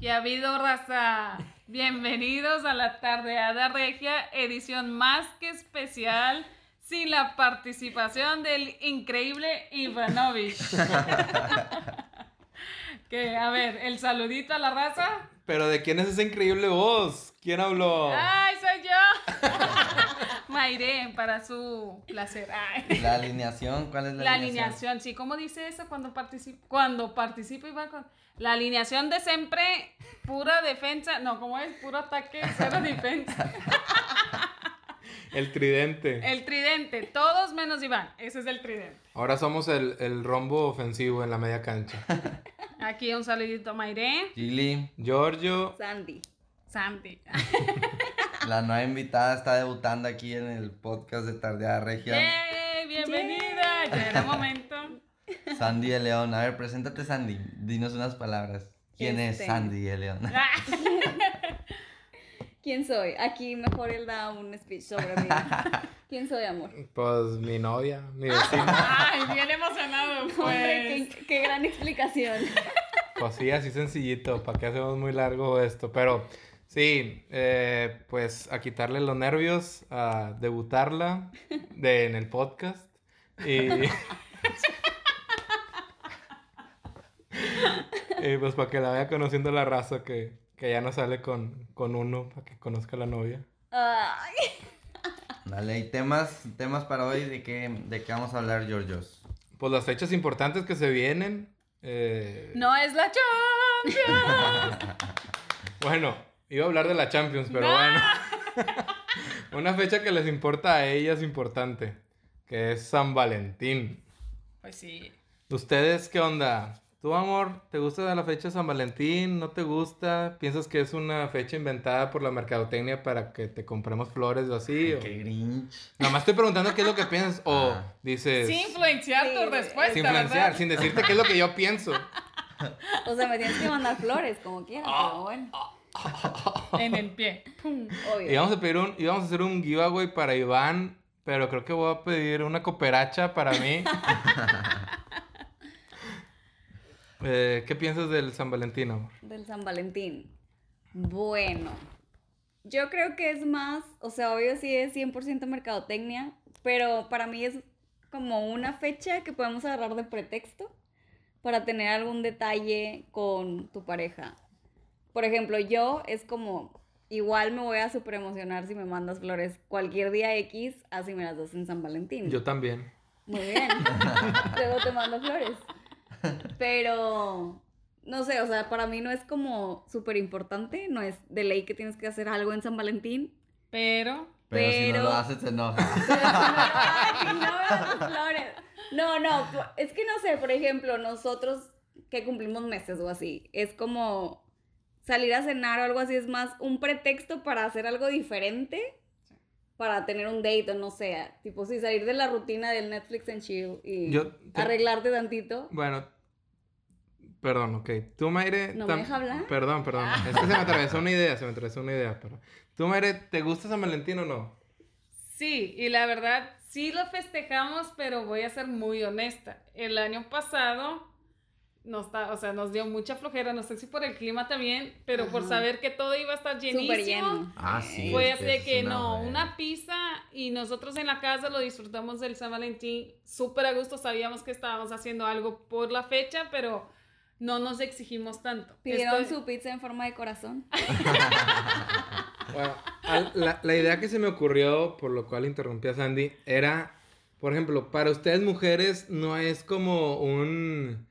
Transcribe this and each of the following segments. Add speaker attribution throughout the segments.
Speaker 1: Y ha habido raza. Bienvenidos a la Tardeada Regia, edición más que especial, sin la participación del increíble Ivanovich. que, a ver, el saludito a la raza.
Speaker 2: Pero ¿de quién es esa increíble voz? ¿Quién habló?
Speaker 1: ¡Ay, soy yo! Mairén, para su placer. Ay.
Speaker 3: La alineación, ¿cuál es la,
Speaker 1: La alineación, sí, ¿cómo dice eso cuando participa? Cuando participa y va con... La alineación de siempre, pura defensa, no, ¿cómo es? Puro ataque, cero defensa.
Speaker 2: El tridente.
Speaker 1: El tridente, todos menos Iván, ese es el tridente.
Speaker 2: Ahora somos el, el rombo ofensivo en la media cancha.
Speaker 1: Aquí un saludito a Mairén,
Speaker 3: Gili,
Speaker 2: Giorgio,
Speaker 4: Sandy.
Speaker 1: Santi.
Speaker 3: la nueva invitada, está debutando aquí en el podcast de Tardeada Regia.
Speaker 1: ¡Yay! ¡Bienvenida! Ya era momento.
Speaker 3: Sandy de León. A ver, preséntate, Sandy. Dinos unas palabras. ¿Quién
Speaker 4: Este.
Speaker 3: es Sandy de León?
Speaker 4: ¿Quién soy? Aquí mejor él da un speech sobre mí. ¿Quién soy, amor?
Speaker 2: pues mi novia, mi vecina.
Speaker 1: Ay, bien emocionado,
Speaker 4: Hombre,
Speaker 1: pues.
Speaker 4: qué, qué gran explicación.
Speaker 2: Pues sí, así sencillito, para que hacemos muy largo esto. Pero sí, eh, pues a quitarle los nervios, a debutarla de- en el podcast. Y, Y, pues para que la vaya conociendo la raza que, que ya no sale con, con uno, para que conozca a la novia.
Speaker 4: Ay.
Speaker 3: Dale, ¿y temas, temas para hoy? ¿De qué, de qué vamos a hablar, Georgios?
Speaker 2: Pues las fechas importantes que se vienen. eh,
Speaker 1: No es la Champions.
Speaker 2: Bueno, iba a hablar de la Champions, pero
Speaker 1: No.
Speaker 2: bueno. Una fecha que les importa a ellas importante, que es San Valentín.
Speaker 1: Pues sí.
Speaker 2: ¿Ustedes qué onda? ¿Tú, amor, te gusta la fecha de San Valentín? ¿No te gusta? ¿Piensas que es una fecha inventada por la mercadotecnia para que te compremos flores o así? O-
Speaker 3: Qué grinch.
Speaker 2: Nada más estoy preguntando qué es lo que piensas o
Speaker 3: Ah.
Speaker 2: dices...
Speaker 1: Sin influenciar
Speaker 4: Sí,
Speaker 1: tu
Speaker 4: güey.
Speaker 1: respuesta,
Speaker 2: sin influenciar,
Speaker 1: ¿verdad?
Speaker 2: sin decirte qué es lo que yo pienso.
Speaker 4: O sea, me tienes que mandar flores como quieras, pero bueno.
Speaker 1: En el pie.
Speaker 4: Pum,
Speaker 2: Y
Speaker 4: Obvio.
Speaker 2: vamos a pedir un, y vamos a hacer un giveaway para Iván, pero creo que voy a pedir una cooperacha para mí. Eh, ¿Qué piensas del San Valentín, amor?
Speaker 4: Del San Valentín. Bueno, yo creo que es más, o sea, obvio sí es 100% mercadotecnia, pero para mí es como una fecha que podemos agarrar de pretexto para tener algún detalle con tu pareja. Por ejemplo, yo es como, igual me voy a super emocionar si me mandas flores cualquier día X, así me las das en San Valentín.
Speaker 2: Yo también.
Speaker 4: Muy bien. Luego te mando flores. Pero, no sé, o sea, para mí no es como súper importante, no es de ley que tienes que hacer algo en San Valentín.
Speaker 1: Pero.
Speaker 3: Pero, si no
Speaker 4: Pero-
Speaker 3: lo haces, te enojas.
Speaker 4: Pero si no, ay, si no me mandas flores. No, no, po- es que no sé, por ejemplo, nosotros que cumplimos meses o así, es como salir a cenar o algo así, es más un pretexto para hacer algo diferente. Para tener un date o no sé, tipo sí, salir de la rutina del Netflix and chill y
Speaker 2: Yo te-
Speaker 4: arreglarte tantito.
Speaker 2: Bueno, perdón, ok. Tú, Maire...
Speaker 4: ¿No me
Speaker 2: tam-
Speaker 4: deja hablar?
Speaker 2: Perdón, perdón. Es que se me atravesó una idea, se me atravesó una idea. Pero... Tú, Maire, ¿te gusta San Valentín o no?
Speaker 1: Sí, y la verdad, sí lo festejamos, pero voy a ser muy honesta. El año pasado nos, da- o sea, nos dio mucha flojera, no sé si por el clima también, pero por
Speaker 4: Ajá.
Speaker 1: saber que todo iba a estar llenísimo.
Speaker 4: Súper lleno.
Speaker 3: Ah, sí.
Speaker 1: Fue
Speaker 3: es
Speaker 1: así
Speaker 3: eso
Speaker 1: de
Speaker 3: es
Speaker 1: que no,
Speaker 3: buena-
Speaker 1: una pizza y nosotros en la casa lo disfrutamos del San Valentín súper a gusto, sabíamos que estábamos haciendo algo por la fecha, pero no nos exigimos tanto.
Speaker 4: Pidieron
Speaker 1: Estoy-
Speaker 4: su pizza en forma de corazón.
Speaker 2: Bueno, al- la, la idea que se me ocurrió, por lo cual interrumpí a Sandy, era, por ejemplo, para ustedes mujeres no es como un,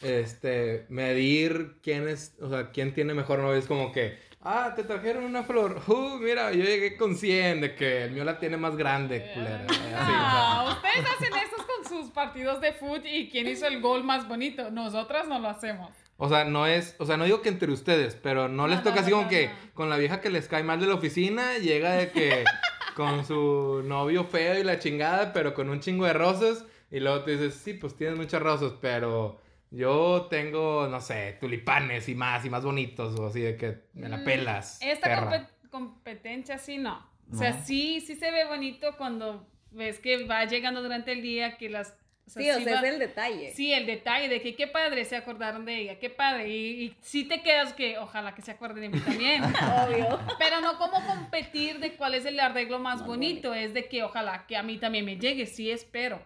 Speaker 2: este, medir quién es, o sea, quién tiene mejor novio, es como que, ah, te trajeron una flor, uh, mira, yo llegué con 100, de que el mío la tiene más grande, culera, así, o sea.
Speaker 1: Ah, ustedes hacen eso con sus partidos de fútbol y quién hizo el gol más bonito. Nosotras no lo hacemos.
Speaker 2: O sea, no es, o sea, no digo que entre ustedes, pero no les
Speaker 1: No,
Speaker 2: toca
Speaker 1: no,
Speaker 2: así
Speaker 1: no,
Speaker 2: como
Speaker 1: no,
Speaker 2: que
Speaker 1: no.
Speaker 2: con la vieja que les cae mal de la oficina, llega de que con su novio feo y la chingada, pero con un chingo de rosas, y luego te dices, sí, pues tienes muchas rosas, pero yo tengo, no sé, tulipanes y más, y más bonitos, o así de que me la
Speaker 1: Mm,
Speaker 2: pelas.
Speaker 1: Esta
Speaker 2: perra.
Speaker 1: compe- competencia sí no. O sea,
Speaker 3: No.
Speaker 1: sí, sí se ve bonito cuando ves que va llegando durante el día que las O sea,
Speaker 4: Sí, o
Speaker 1: sí
Speaker 4: sea,
Speaker 1: va-
Speaker 4: es el detalle.
Speaker 1: Sí, el detalle de que qué padre se acordaron de ella, qué padre. Y, y sí te quedas que ojalá que se acuerden de mí también.
Speaker 4: Obvio.
Speaker 1: Pero no como competir de cuál es el arreglo más,
Speaker 4: Más
Speaker 1: bonito, es de que ojalá que a mí también me llegue, sí espero.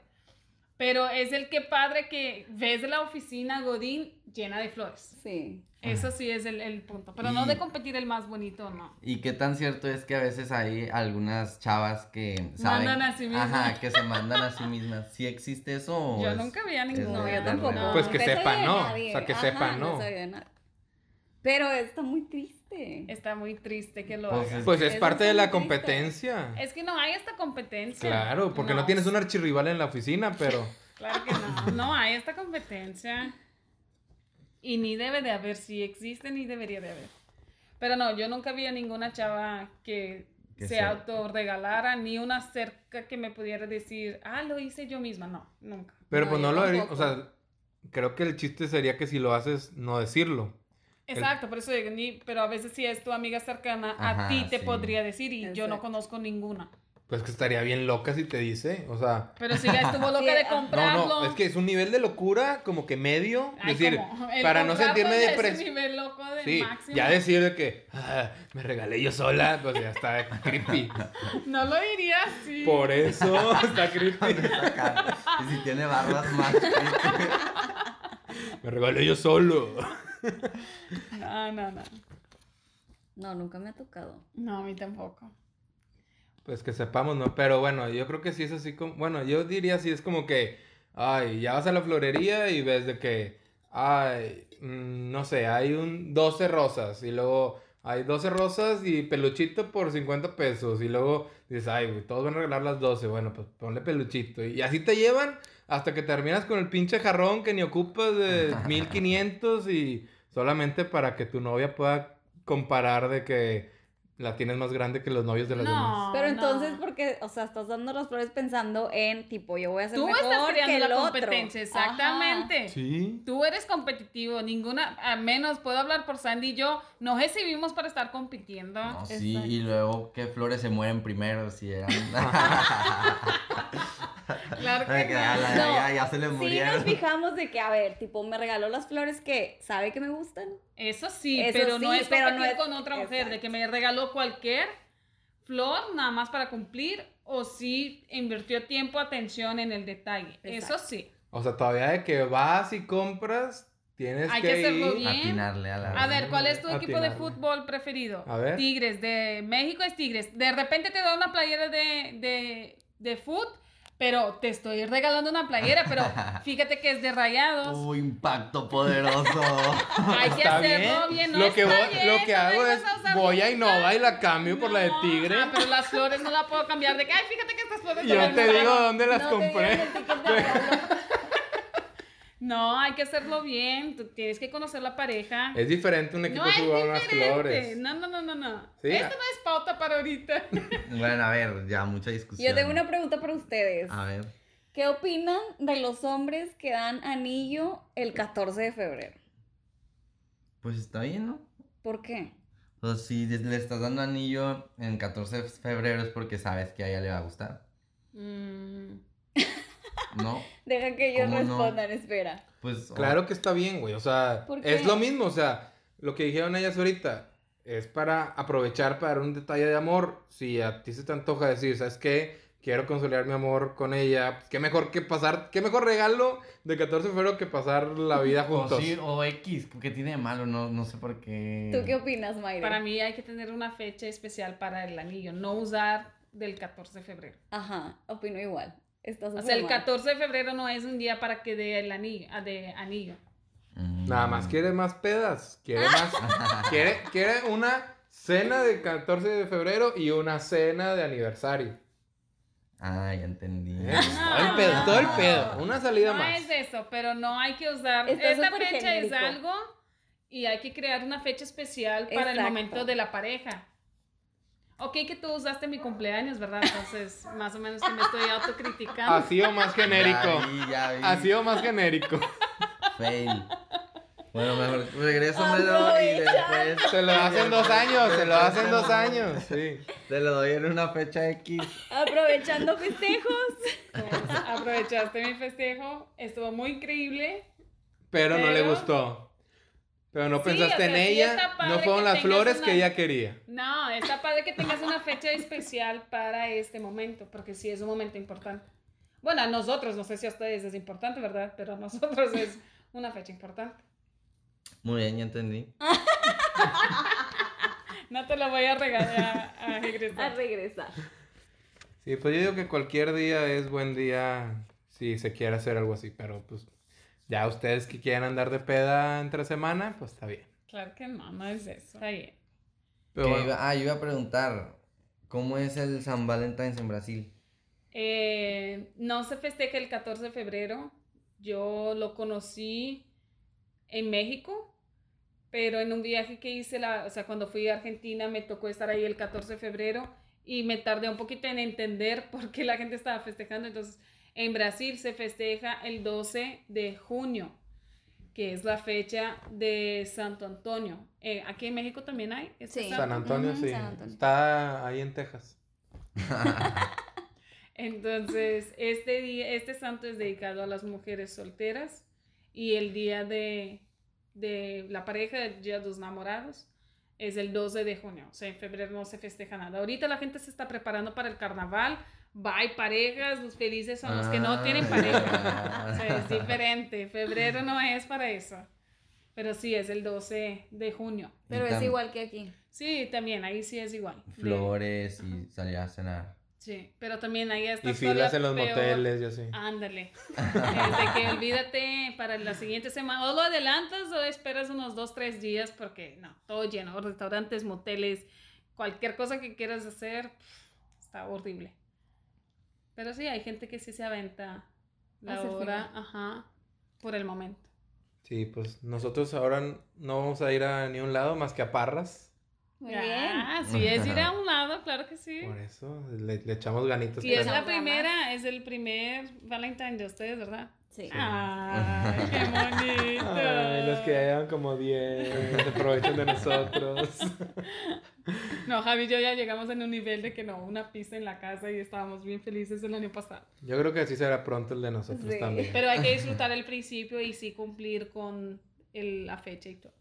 Speaker 1: Pero es el que padre que ves la oficina Godín llena de flores.
Speaker 4: Sí.
Speaker 1: Eso sí es el, el punto. Pero no
Speaker 3: Y-
Speaker 1: de competir el más bonito, no.
Speaker 3: Y qué tan cierto es que a veces hay algunas chavas que saben...
Speaker 1: Mandan a sí mismas.
Speaker 3: Ajá, que se mandan a sí mismas. ¿Sí existe eso o
Speaker 1: Yo
Speaker 3: es-
Speaker 1: nunca vi a
Speaker 3: es
Speaker 1: ninguna.
Speaker 4: No,
Speaker 3: de-
Speaker 4: yo
Speaker 3: de
Speaker 4: tampoco.
Speaker 3: real?
Speaker 2: Pues que
Speaker 4: Nunca he
Speaker 2: sepa,
Speaker 4: sabido de
Speaker 2: ¿no? O
Speaker 4: nadie.
Speaker 2: sea, que
Speaker 4: Ajá,
Speaker 2: sepa, no.
Speaker 4: he sabido de nadie. Pero está muy triste.
Speaker 1: Está muy triste que lo
Speaker 3: Pues
Speaker 1: hagan.
Speaker 3: es-
Speaker 2: Pues es
Speaker 4: Es
Speaker 2: parte de
Speaker 4: muy
Speaker 2: la
Speaker 4: triste.
Speaker 2: competencia.
Speaker 1: Es que no hay esta competencia.
Speaker 2: Claro, porque no. tienes un archirrival en la oficina, pero
Speaker 1: Claro que no. No hay esta competencia. Y ni debe de haber, si existe, ni debería de haber. Pero no, yo nunca vi a ninguna chava que,
Speaker 3: Que
Speaker 1: se
Speaker 3: sea-
Speaker 1: autorregalara, ni una cerca que me pudiera decir, ah, lo hice yo misma. No, nunca.
Speaker 2: pero
Speaker 4: No,
Speaker 2: pues
Speaker 4: yo
Speaker 2: no lo haría- o
Speaker 4: tampoco.
Speaker 2: sea, creo que el chiste sería que si lo haces no decirlo.
Speaker 1: Exacto, por eso digo, ni, pero a veces si es tu amiga cercana, a
Speaker 3: Ajá,
Speaker 1: ti te
Speaker 3: sí.
Speaker 1: podría decir y yo no
Speaker 4: Exacto.
Speaker 1: conozco ninguna.
Speaker 2: Pues que estaría bien loca si te dice, o sea,
Speaker 1: Pero si la estuvo loca
Speaker 4: Sí,
Speaker 1: de
Speaker 4: ah.
Speaker 1: comprarlo.
Speaker 2: no, no, es que es un nivel de locura como que medio,
Speaker 1: Ay,
Speaker 2: es decir,
Speaker 1: como, el
Speaker 2: para no
Speaker 1: comprarlo
Speaker 2: sentirme
Speaker 1: ya es un
Speaker 2: depresivo.
Speaker 1: nivel loco de
Speaker 2: Sí,
Speaker 1: máximo.
Speaker 2: ya decir de que "Ah, me regalé yo sola, pues ya está creepy.
Speaker 1: No lo diría así.
Speaker 2: Por eso está creepy.
Speaker 3: Acá. Y si tiene barras más...
Speaker 2: Me regalé yo solo.
Speaker 1: No, no, no.
Speaker 4: No, nunca me ha tocado.
Speaker 1: No, a mí tampoco.
Speaker 2: Pues que sepamos, ¿no? Pero bueno, yo creo que sí es así como. Bueno, yo diría sí es como que. Ay, ya vas a la florería y ves de que. Ay, mm, no sé, hay un 12 rosas y luego. Hay 12 rosas y peluchito por 50 pesos. Y luego dices, ay, güey, todos van a regalar las 12. Bueno, pues ponle peluchito. Y así te llevan hasta que terminas con el pinche jarrón que ni ocupas de 1500 y solamente para que tu novia pueda comparar de que la tienes más grande que los novios de las demás.
Speaker 1: No.
Speaker 4: Pero entonces,
Speaker 1: no.
Speaker 4: porque, o sea, estás dando las flores pensando en, tipo, yo voy a ser
Speaker 1: tú
Speaker 4: mejor
Speaker 1: estás
Speaker 4: que
Speaker 1: creando
Speaker 4: el
Speaker 1: la
Speaker 4: otro.
Speaker 1: competencia,
Speaker 4: Ajá.
Speaker 1: exacamente.
Speaker 2: Sí.
Speaker 1: Tú eres competitivo, ninguna, a menos puedo hablar por Sandy y yo, nos recibimos para estar compitiendo.
Speaker 3: No, sí,
Speaker 4: Exacto.
Speaker 3: y luego qué flores se mueren primero, si eran...
Speaker 1: Claro
Speaker 3: Ay,
Speaker 1: que
Speaker 3: que a
Speaker 1: no.
Speaker 3: la-
Speaker 4: No,
Speaker 3: ya, ya se le
Speaker 4: Sí
Speaker 3: murieron.
Speaker 4: nos fijamos de que, a ver, tipo, me regaló las flores que sabe que me gustan.
Speaker 1: Eso sí,
Speaker 4: Eso
Speaker 1: pero no
Speaker 4: sí,
Speaker 1: es
Speaker 4: pero
Speaker 1: competir
Speaker 4: no es-
Speaker 1: con otra mujer, de que me regaló cualquier flor nada más para cumplir o si invirtió tiempo, atención en el detalle. Eso
Speaker 4: Exacto.
Speaker 1: sí.
Speaker 2: O sea, todavía de que vas y compras, tienes
Speaker 1: Hay
Speaker 2: que,
Speaker 1: que hacerlo
Speaker 2: ir.
Speaker 1: bien.
Speaker 3: Atinarle a la...
Speaker 1: A ver, ¿cuál es tu equipo de
Speaker 2: Atinarle.
Speaker 1: fútbol preferido?
Speaker 2: Ah, A ver.
Speaker 1: Tigres, de México es Tigres. De repente te doy una playera de, de, de foot, pero te estoy regalando una playera, pero fíjate que es de rayados.
Speaker 3: Uh, impacto poderoso.
Speaker 1: Hay que
Speaker 2: Está
Speaker 1: hacerlo bien, no
Speaker 2: lo,
Speaker 1: es
Speaker 2: que voy-
Speaker 1: playera,
Speaker 2: lo que
Speaker 1: no
Speaker 2: hago
Speaker 1: vengas
Speaker 2: es
Speaker 1: a usar
Speaker 2: voy a
Speaker 1: nunca.
Speaker 2: Innova y la cambio por la de
Speaker 1: No,
Speaker 2: Tigre.
Speaker 1: ah, pero las flores no las puedo cambiar de que, ay, fíjate que estas flores
Speaker 2: Y
Speaker 1: son
Speaker 2: yo te
Speaker 1: hermosas".
Speaker 2: digo dónde las
Speaker 4: No te dieron
Speaker 2: compré.
Speaker 4: el ticket de regalo.
Speaker 1: No, hay que hacerlo bien. Tú tienes que conocer la pareja.
Speaker 2: Es diferente un equipo
Speaker 1: no es
Speaker 2: jugar unas
Speaker 1: diferente.
Speaker 2: flores.
Speaker 1: No, no, no, no, no.
Speaker 2: Sí. ah.
Speaker 1: Esto no es pauta para ahorita.
Speaker 3: bueno, a ver, ya mucha discusión.
Speaker 4: Yo tengo una pregunta para ustedes.
Speaker 3: A ver.
Speaker 4: ¿Qué opinan de los hombres que dan anillo el 14 de febrero?
Speaker 3: Pues está bien, ¿no?
Speaker 4: ¿Por qué?
Speaker 3: Pues si des- le estás dando anillo en 14 de febrero es porque sabes que a ella le va a gustar.
Speaker 1: Mm,
Speaker 3: ¿No?
Speaker 4: Deja que ellos
Speaker 3: ¿Cómo no?
Speaker 4: respondan, espera.
Speaker 3: Pues. o-
Speaker 2: Claro que está bien, güey. O sea,
Speaker 4: ¿Por qué?
Speaker 2: es lo mismo. O sea, lo que dijeron ellas ahorita es para aprovechar para dar un detalle de amor. Si a ti se te antoja decir, ¿sabes qué? Quiero consolar mi amor con ella. pues, qué mejor que pasar, qué mejor regalo de 14 de febrero que pasar la vida
Speaker 3: O,
Speaker 2: juntos.
Speaker 3: sí, o X, porque tiene de malo, no, no sé por qué.
Speaker 2: Mm.
Speaker 4: ¿Tú qué opinas, Mayra?
Speaker 1: para mí hay que tener una fecha especial para el anillo. No usar del 14 de febrero.
Speaker 4: Ajá, opino igual. Estás
Speaker 1: O sea, el 14 de febrero no es un día para que dé el anillo. ah, De anillo.
Speaker 3: Mm.
Speaker 2: Nada más quiere más pedas. Quiere más. quiere, quiere una cena de 14 de febrero y una cena de aniversario.
Speaker 3: Ah, ya entendí.
Speaker 2: Eh, Todo
Speaker 4: Ah.
Speaker 2: el pedo, todo el pedo. Una salida
Speaker 1: no
Speaker 2: más.
Speaker 1: es eso, pero no hay que usar.
Speaker 4: Está
Speaker 1: Esta
Speaker 4: súper
Speaker 1: fecha es
Speaker 4: genérico.
Speaker 1: algo y hay que crear una fecha especial para el
Speaker 4: Exacto.
Speaker 1: momento de la pareja. Ok, que tú usaste mi cumpleaños, ¿verdad? Entonces, más o menos que me estoy autocriticando.
Speaker 2: Ha sido más genérico.
Speaker 3: Ya vi, ya vi.
Speaker 2: Ha sido más genérico.
Speaker 3: Fail. Bueno, mejor regreso y
Speaker 4: Aprovecha.
Speaker 3: después.
Speaker 2: Se lo hacen dos años, se lo hacen dos años. Sí.
Speaker 3: Te lo doy en una fecha X.
Speaker 4: Aprovechando festejos.
Speaker 1: Pues, Aprovechaste mi festejo, estuvo muy increíble.
Speaker 2: Pero, no le
Speaker 1: Pero-
Speaker 2: gustó. Pero no
Speaker 1: Sí,
Speaker 2: pensaste
Speaker 1: o sea,
Speaker 2: en
Speaker 1: sí
Speaker 2: ella.
Speaker 1: está padre
Speaker 2: No fueron
Speaker 1: que
Speaker 2: las
Speaker 1: tengas
Speaker 2: flores
Speaker 1: una-
Speaker 2: que ella quería.
Speaker 1: No, está padre que tengas una fecha especial para este momento, porque sí es un momento importante. Bueno, a nosotros, no sé si a ustedes es importante, ¿verdad? Pero a nosotros es una fecha importante.
Speaker 3: Muy bien, ya entendí.
Speaker 1: No te lo voy a regalar a,
Speaker 4: A
Speaker 1: regresar.
Speaker 4: regresar.
Speaker 2: Sí, pues yo digo que cualquier día es buen día si se quiere hacer algo así. Pero pues ya ustedes que quieren andar de peda entre semana, pues está bien.
Speaker 1: Claro que no, no es eso. Está bien.
Speaker 2: Pero
Speaker 3: Que
Speaker 2: bueno,
Speaker 3: iba- ah, yo iba a preguntar, ¿cómo es el San Valentín en Brasil?
Speaker 1: Eh, no se festeja el 14 de febrero. Yo lo conocí en México, pero en un viaje que hice, la, o sea, cuando fui a Argentina me tocó estar ahí el 14 de febrero y me tardé un poquito en entender por qué la gente estaba festejando. Entonces, en Brasil se festeja el 12 de junio, que es la fecha de Santo Antonio. Eh, aquí en México también hay. este
Speaker 4: Sí.
Speaker 1: santo.
Speaker 2: San Antonio
Speaker 4: Ujú,
Speaker 2: sí.
Speaker 4: San Antonio.
Speaker 2: Está ahí en Texas.
Speaker 1: Entonces, este día, este santo es dedicado a las mujeres solteras y el día de, de la pareja, el día de los enamorados, es el 12 de junio. O sea, en febrero no se festeja nada. Ahorita la gente se está preparando para el carnaval. Va, hay parejas, los felices son los que
Speaker 2: Ah.
Speaker 1: no tienen pareja. O sea, es diferente. Febrero no es para eso. Pero sí, es el 12 de junio.
Speaker 4: Pero
Speaker 3: Y
Speaker 4: es
Speaker 3: tam-
Speaker 4: igual que aquí.
Speaker 1: Sí, también, ahí sí es igual. De-
Speaker 3: Flores y salir a cenar.
Speaker 1: Sí, pero también ahí está
Speaker 2: Y
Speaker 1: todavía
Speaker 2: filas en los
Speaker 1: peor. Ah.
Speaker 2: moteles y así.
Speaker 1: Ándale. Desde que olvídate para la siguiente semana. O lo adelantas o esperas unos dos, tres días porque no, todo lleno. Restaurantes, moteles, cualquier cosa que quieras hacer, pff, está horrible. Pero sí, hay gente que sí se aventa la
Speaker 4: Hace
Speaker 1: hora, ajá, por el momento.
Speaker 2: Sí, pues nosotros ahora no vamos a ir a ni un lado más que a Parras.
Speaker 4: Muy
Speaker 1: Ah, sí, es ir a un lado, claro que sí.
Speaker 2: Por eso le, le echamos ganitos.
Speaker 1: Y es
Speaker 2: pero-
Speaker 1: la primera, es el primer Valentine de ustedes, ¿verdad?
Speaker 4: bien. Sí.
Speaker 1: Ay, qué bonito.
Speaker 2: Ay, los que ya llevan como 10 se aprovechan de nosotros.
Speaker 1: No, Javi y yo ya llegamos en un nivel de que no, una pizza en la casa y estábamos bien felices el año pasado.
Speaker 2: Yo creo que así será pronto el de nosotros
Speaker 4: Sí.
Speaker 2: también.
Speaker 1: Pero hay que disfrutar el principio y sí cumplir con el- la fecha y todo.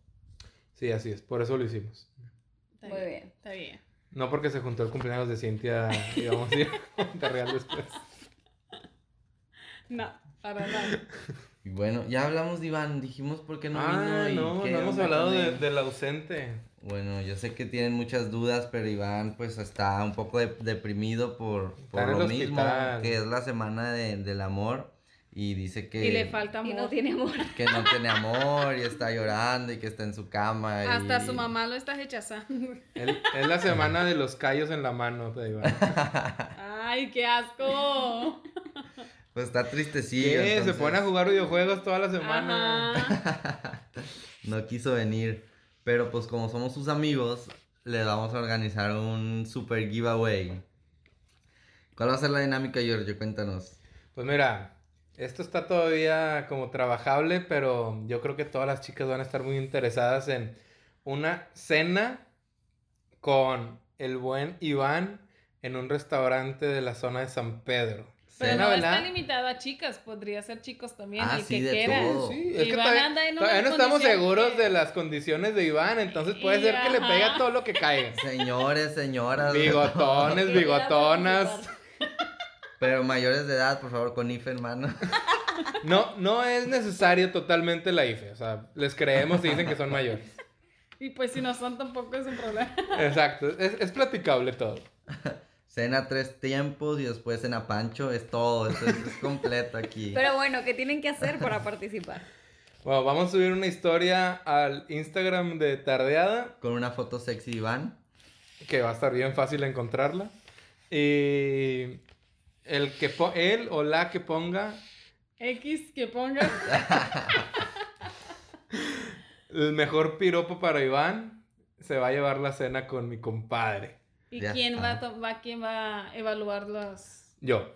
Speaker 2: Sí, así es. Por eso lo hicimos.
Speaker 1: Está
Speaker 4: Muy bien.
Speaker 1: Está bien.
Speaker 2: No porque se juntó el cumpleaños de Cintia y vamos a ir a Monterreal después.
Speaker 1: No, para nada.
Speaker 3: Y bueno, ya hablamos de Iván, dijimos por qué no vino.
Speaker 2: Ah,
Speaker 3: y
Speaker 2: no, no
Speaker 3: qué
Speaker 2: hemos
Speaker 3: onda
Speaker 2: hablado
Speaker 3: con
Speaker 2: de-
Speaker 3: él.
Speaker 2: del ausente.
Speaker 3: Bueno, yo sé que tienen muchas dudas, pero Iván pues está un poco de- deprimido por, por
Speaker 2: en el
Speaker 3: lo mismo,
Speaker 2: hospital.
Speaker 3: que es la semana de- del amor y dice que,
Speaker 1: Y le falta
Speaker 4: Y no
Speaker 1: amor.
Speaker 4: tiene amor.
Speaker 3: que no tiene amor y está llorando y que está en su cama. y-
Speaker 1: Hasta su mamá lo está rechazando.
Speaker 2: El- es la semana de los callos en la mano, te digo.
Speaker 1: Ay, qué asco.
Speaker 3: Pues está tristecillo.
Speaker 2: ¿Qué? Se
Speaker 3: entonces
Speaker 2: pone a jugar videojuegos toda la semana.
Speaker 1: Ajá.
Speaker 3: No quiso venir, pero pues como somos sus amigos, le vamos a organizar un super giveaway. ¿Cuál va a ser la dinámica, Giorgio? Cuéntanos.
Speaker 2: Pues mira, esto está todavía como trabajable, pero yo creo que todas las chicas van a estar muy interesadas en una cena con el buen Iván en un restaurante de la zona de San Pedro.
Speaker 1: Pero
Speaker 2: Cena,
Speaker 1: no está
Speaker 2: ¿verdad?
Speaker 1: limitado a chicas, podría ser chicos también,
Speaker 3: Ah,
Speaker 1: el
Speaker 3: sí,
Speaker 1: que
Speaker 3: de
Speaker 1: quieran.
Speaker 3: todo.
Speaker 2: Sí, es que
Speaker 1: Iván
Speaker 2: todavía,
Speaker 1: anda en unas
Speaker 2: todavía no estamos
Speaker 1: condiciones
Speaker 2: seguros
Speaker 1: que-
Speaker 2: de las condiciones de Iván, entonces puede
Speaker 1: Y,
Speaker 2: ser que le
Speaker 1: ajá.
Speaker 2: pega todo lo que caiga.
Speaker 3: Señores, señoras,
Speaker 2: Bigotones,
Speaker 4: Quería
Speaker 2: bigotonas.
Speaker 4: participar.
Speaker 3: pero mayores de edad, por favor, con IFE, hermano.
Speaker 2: No, no es necesario totalmente la IFE. O sea, les creemos y dicen que son mayores.
Speaker 1: Y pues si no son tampoco es un problema.
Speaker 2: Exacto. Es, es platicable todo.
Speaker 3: Cena tres tiempos y después cena pancho, es todo, esto es, es completo aquí.
Speaker 4: Pero bueno, ¿qué tienen que hacer para participar?
Speaker 2: Bueno, vamos a subir una historia al Instagram de Tardeada,
Speaker 3: Con una foto sexy, Iván.
Speaker 2: que va a estar bien fácil encontrarla. Y el que po- él o la que ponga
Speaker 1: X que ponga.
Speaker 2: el mejor piropo para Iván se va a llevar la cena con mi compadre.
Speaker 1: ¿Y
Speaker 3: Ya
Speaker 1: quién va, a
Speaker 3: está.
Speaker 1: to- va- quién va a evaluar los...
Speaker 2: Yo.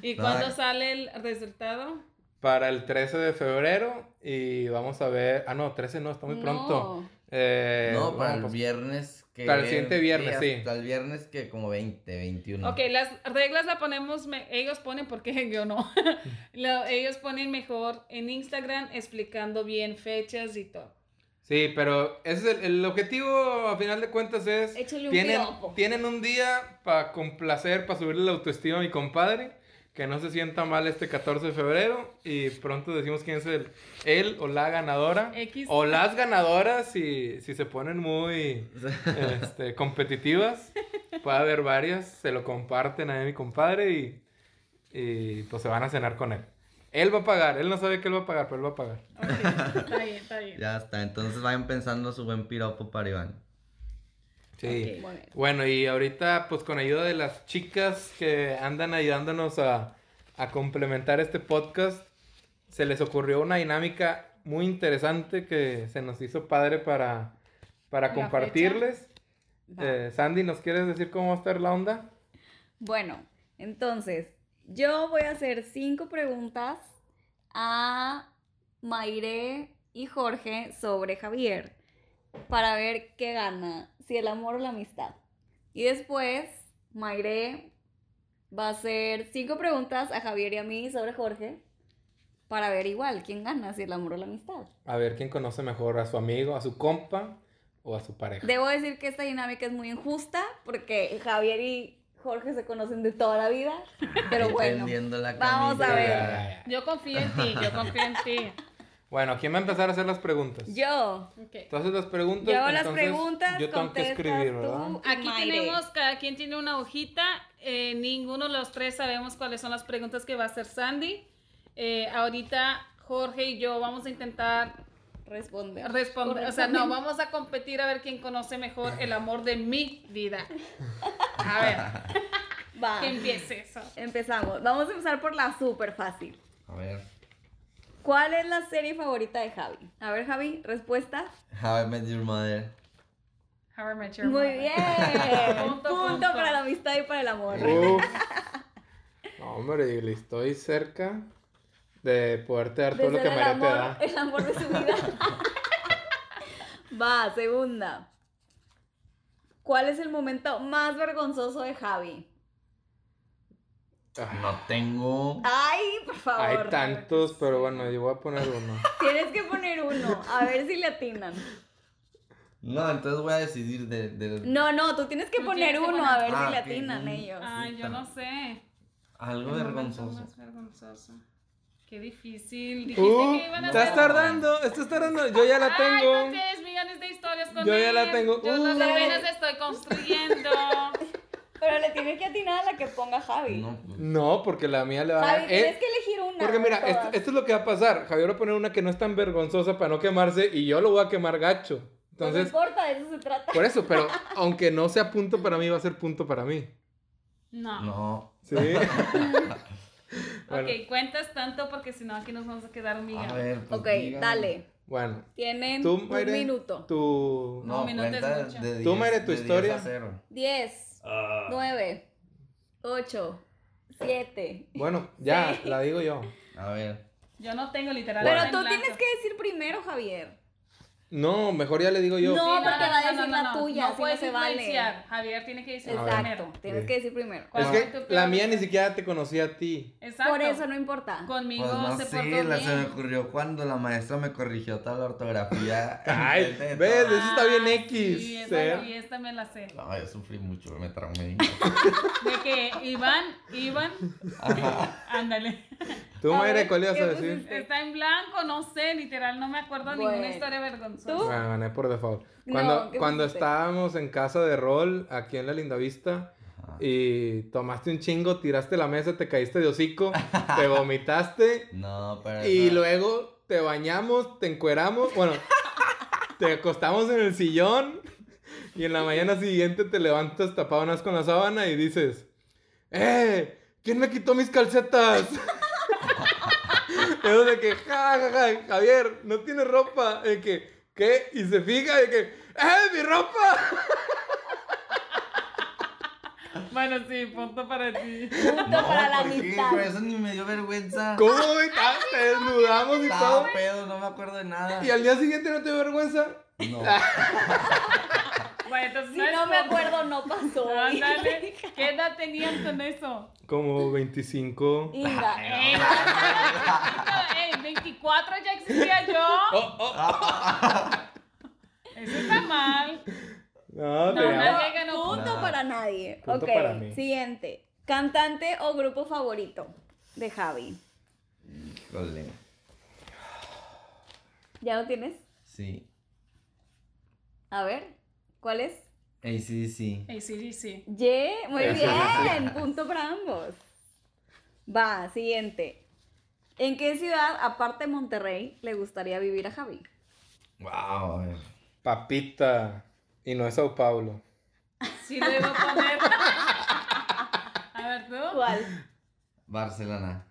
Speaker 1: ¿Y
Speaker 3: No,
Speaker 1: cuándo
Speaker 3: eh.
Speaker 1: sale el resultado?
Speaker 2: Para el 13 de febrero y vamos a ver... Ah, no, 13 no, está muy pronto.
Speaker 4: No.
Speaker 2: Eh,
Speaker 3: no, para
Speaker 2: bueno,
Speaker 3: el
Speaker 2: pues,
Speaker 3: viernes que...
Speaker 2: Para el siguiente viernes, sí.
Speaker 3: Hasta el viernes que como 20, 21.
Speaker 1: Ok, las reglas la ponemos, me- ellos ponen, porque yo no, Lo- ellos ponen mejor en Instagram explicando bien fechas y todo.
Speaker 2: Sí, pero ese es el, el objetivo, a final de cuentas, es...
Speaker 4: Échale un
Speaker 2: Tienen,
Speaker 4: piropo.
Speaker 2: tienen un día para complacer, para subirle la autoestima a mi compadre. Que no se sienta mal este 14 de febrero. Y pronto decimos quién es el, él o la ganadora.
Speaker 1: X.
Speaker 3: Oh.
Speaker 2: O las ganadoras, si, si se ponen muy este, competitivas. Puede haber varias. Se lo comparten a mi compadre y, y pues se van a cenar con él. Él va a pagar. Él no sabe que él va a pagar, pero él va a pagar.
Speaker 1: Ok, está bien, está bien.
Speaker 3: Ya está, entonces vayan pensando su buen piropo para Iván.
Speaker 2: Sí.
Speaker 4: Ok, muy bien.
Speaker 2: Bueno, y ahorita, pues con ayuda de las chicas que andan ayudándonos a, a complementar este podcast, se les ocurrió una dinámica muy interesante que se nos hizo padre para, para
Speaker 1: La
Speaker 2: compartirles.
Speaker 4: Va.
Speaker 2: Eh, Sandy, ¿nos quieres decir cómo va a estar la onda?
Speaker 4: Bueno, entonces, yo voy a hacer cinco preguntas a Maire y Jorge sobre Javier para ver qué gana, si el amor o la amistad. Y después, Maire va a hacer cinco preguntas a Javier y a mí sobre Jorge para ver igual quién gana, si el amor o la amistad.
Speaker 2: A ver quién conoce mejor a su amigo, a su compa o a su pareja.
Speaker 4: Debo decir que esta dinámica es muy injusta porque Javier y Jorge se conocen de toda la vida, pero
Speaker 3: Ahí
Speaker 4: bueno.
Speaker 3: tendiendo la
Speaker 4: Vamos a
Speaker 3: camilla.
Speaker 4: ver.
Speaker 1: Yo confío en ti, yo confío en ti.
Speaker 2: Bueno, ¿quién va a empezar a hacer las preguntas?
Speaker 4: Yo.
Speaker 1: Ok.
Speaker 2: Entonces las preguntas.
Speaker 4: Yo hago las
Speaker 2: entonces,
Speaker 4: preguntas,
Speaker 2: Yo tengo que
Speaker 4: contestas
Speaker 2: escribir,
Speaker 4: tú.
Speaker 2: ¿verdad?
Speaker 1: Aquí
Speaker 4: Mayre.
Speaker 1: tenemos, cada quien tiene una hojita, eh, ninguno de los tres sabemos cuáles son las preguntas que va a hacer Sandy. Eh, ahorita Jorge y yo vamos a intentar
Speaker 4: Responde.
Speaker 1: responder, o sea, no, vamos a competir a ver quién conoce mejor el amor de mi vida. A ver,
Speaker 4: Va.
Speaker 1: que empiece eso.
Speaker 4: Empezamos. Vamos a empezar por la súper fácil.
Speaker 3: A ver.
Speaker 4: ¿Cuál es la serie favorita de Javi? A ver, Javi, respuesta.
Speaker 3: How I Met Your Mother.
Speaker 1: How I Met Your
Speaker 4: Muy
Speaker 1: Mother.
Speaker 4: bien.
Speaker 1: Punto,
Speaker 4: punto,
Speaker 1: punto.
Speaker 4: para la amistad y para el amor.
Speaker 2: Uf. No, hombre, le estoy cerca de poderte dar
Speaker 4: De
Speaker 2: todo lo
Speaker 4: ser
Speaker 2: que
Speaker 4: el
Speaker 2: María te
Speaker 4: amor,
Speaker 2: da.
Speaker 4: el amor de su vida. Va, segunda. ¿Cuál es el momento más vergonzoso de Javi?
Speaker 2: Ah,
Speaker 3: No tengo.
Speaker 4: Ay, por favor.
Speaker 2: Hay tantos, pero bueno, yo voy a poner uno.
Speaker 4: Tienes que poner uno, a ver si le atinan.
Speaker 3: No, entonces voy a decidir de. de-
Speaker 4: No, no, tú tienes que
Speaker 1: Tú
Speaker 4: poner
Speaker 1: tienes que
Speaker 4: uno,
Speaker 1: poner-
Speaker 4: a ver
Speaker 3: Ah,
Speaker 4: si le
Speaker 3: ok,
Speaker 4: atinan
Speaker 3: un-
Speaker 4: ellos.
Speaker 1: Ay, yo no sé.
Speaker 3: Algo
Speaker 1: El momento
Speaker 3: vergonzoso.
Speaker 1: más vergonzoso. Qué difícil. Dijiste
Speaker 2: Uh,
Speaker 1: que iban a
Speaker 2: estás
Speaker 1: ser-
Speaker 2: tardando, estás tardando. Yo ya la
Speaker 1: Ay, no
Speaker 2: tengo.
Speaker 1: tienes millones de historias con
Speaker 2: Yo ya la
Speaker 1: él.
Speaker 2: tengo.
Speaker 1: Yo
Speaker 2: Uh.
Speaker 1: las apenas estoy construyendo.
Speaker 4: Pero le tienes que atinar a la que ponga Javi.
Speaker 3: No, pues,
Speaker 2: No, porque la mía le va a
Speaker 4: Javi,
Speaker 2: dar. eh,
Speaker 4: tienes que elegir una.
Speaker 2: Porque
Speaker 4: de
Speaker 2: mira,
Speaker 4: todas.
Speaker 2: esto, esto es lo que va a pasar. Javier va a poner una que no es tan vergonzosa para no quemarse y yo lo voy a quemar gacho.
Speaker 4: Pues no
Speaker 2: Entonces,
Speaker 4: importa, de eso se trata.
Speaker 2: por eso, pero aunque no sea punto para mí, va a ser punto para mí.
Speaker 1: No.
Speaker 3: no.
Speaker 2: ¿Sí? Bueno.
Speaker 1: Ok, cuentas tanto porque si no aquí nos vamos a quedar
Speaker 3: A
Speaker 1: humillas.
Speaker 3: ver, pues.
Speaker 4: Ok,
Speaker 3: digan.
Speaker 4: dale.
Speaker 2: Bueno,
Speaker 4: Tienen
Speaker 2: tú,
Speaker 4: un
Speaker 2: Mayre,
Speaker 4: minuto.
Speaker 2: Tu...
Speaker 3: No,
Speaker 1: Un minuto es
Speaker 3: cuenta
Speaker 1: mucho.
Speaker 3: de
Speaker 2: Tú,
Speaker 3: 10
Speaker 2: Mere, tu
Speaker 3: de 10
Speaker 2: historia.
Speaker 3: a cero.
Speaker 4: 10,
Speaker 1: Ah.
Speaker 4: 9, 8, 7.
Speaker 2: Bueno, ya, la digo yo.
Speaker 3: A ver.
Speaker 1: Yo no tengo literalmente.
Speaker 4: Pero tú
Speaker 1: en blanco.
Speaker 4: tienes que decir primero, Javier.
Speaker 2: No, mejor ya le digo yo.
Speaker 4: No,
Speaker 1: Sí,
Speaker 4: porque va a decir la tuya,
Speaker 1: No
Speaker 4: así no
Speaker 1: puedes
Speaker 4: se vale.
Speaker 1: influenciar. Javier tiene que decir
Speaker 2: A ver.
Speaker 4: Exacto,
Speaker 1: primero.
Speaker 4: tienes
Speaker 2: Sí.
Speaker 4: que decir primero.
Speaker 2: es
Speaker 1: ¿Cuál fue
Speaker 2: que
Speaker 1: tu
Speaker 2: la
Speaker 1: peor
Speaker 2: mía ni
Speaker 1: historia?
Speaker 2: siquiera te conocía a ti.
Speaker 1: Exacto.
Speaker 4: Por eso no importa.
Speaker 1: Conmigo
Speaker 3: Pues no
Speaker 1: se portó
Speaker 3: sé, la- se me
Speaker 1: bien.
Speaker 3: ocurrió cuando la maestra me corrigió toda la ortografía.
Speaker 2: Ay,
Speaker 3: enfrente de
Speaker 2: ves,
Speaker 3: todos.
Speaker 2: eso está bien
Speaker 1: Ah,
Speaker 2: X.
Speaker 1: Sí, esa
Speaker 2: ¿eh?
Speaker 1: sí, esta me la sé.
Speaker 3: No, yo sufrí mucho, me
Speaker 1: De
Speaker 3: traumé.
Speaker 1: que Iván, Iván, ándale.
Speaker 2: Tú,
Speaker 4: A
Speaker 2: Mayra,
Speaker 4: ver,
Speaker 2: ¿cuál ibas
Speaker 4: ¿qué
Speaker 2: a decir?
Speaker 4: pusiste?
Speaker 1: Está en blanco, no sé, literal, no me acuerdo de ninguna
Speaker 4: Bueno.
Speaker 1: historia
Speaker 4: ¿Tú?
Speaker 1: vergonzosa.
Speaker 2: Bueno, Ah, gané por default.
Speaker 4: No,
Speaker 2: Cuando,
Speaker 4: ¿qué
Speaker 2: cuando
Speaker 4: pusiste?
Speaker 2: estábamos en casa de rol, aquí en la Linda Vista,
Speaker 4: Ah.
Speaker 3: Ajá.
Speaker 2: y tomaste un chingo, tiraste la mesa, te caíste de hocico, te vomitaste,
Speaker 3: No, pero.
Speaker 2: Y
Speaker 3: eso-
Speaker 2: luego te bañamos, te encueramos, bueno, te acostamos en el sillón y en la mañana siguiente te levantas tapado unas con la sábana y dices, ¡Eh! ¿Quién me quitó mis calcetas? es de que, ja, ja, ja, Javier, no tienes ropa. De que, ¿qué? Y se fija de que, ¡eh, mi ropa!
Speaker 1: Bueno, sí, punto para ti.
Speaker 4: Punto
Speaker 3: No,
Speaker 4: para la
Speaker 3: ¿por qué?
Speaker 4: amistad.
Speaker 3: Por eso ni me dio vergüenza.
Speaker 2: ¿Cómo güey? Ah, Te desnudamos y todo.
Speaker 3: Estaba pedo, no me acuerdo de nada.
Speaker 2: Ah. Y al día siguiente no te dio vergüenza.
Speaker 3: No.
Speaker 1: Bueno, entonces
Speaker 4: Si no
Speaker 1: es
Speaker 4: me
Speaker 1: como-
Speaker 4: acuerdo, no pasó.
Speaker 1: Ándale. ¿Qué edad tenían con eso?
Speaker 2: Como 25. eh,
Speaker 4: Inga.
Speaker 1: Ey, ey, 24 ya existía yo.
Speaker 2: Oh, oh.
Speaker 1: Eso está mal.
Speaker 2: No,
Speaker 1: No,
Speaker 2: Ah, te
Speaker 1: no
Speaker 2: amo.
Speaker 1: llega, no.
Speaker 4: Punto para nadie.
Speaker 2: Punto
Speaker 4: ok,
Speaker 2: para mí.
Speaker 4: siguiente. Cantante o grupo favorito de Javi.
Speaker 3: Híjole.
Speaker 4: ¿Ya lo tienes?
Speaker 3: Sí.
Speaker 4: A ver, ¿cuál es?
Speaker 3: ACDC.
Speaker 1: Ey, sí, sí, sí.
Speaker 4: Ye, muy
Speaker 2: Eso,
Speaker 4: bien, punto para ambos. Va, siguiente. ¿En qué ciudad, aparte de Monterrey, le gustaría vivir a Javi?
Speaker 3: Wow, a ver.
Speaker 2: Papita. Y no es Sao Paulo.
Speaker 1: Sí lo iba a poner. A ver tú.
Speaker 4: ¿Cuál?
Speaker 3: Barcelona.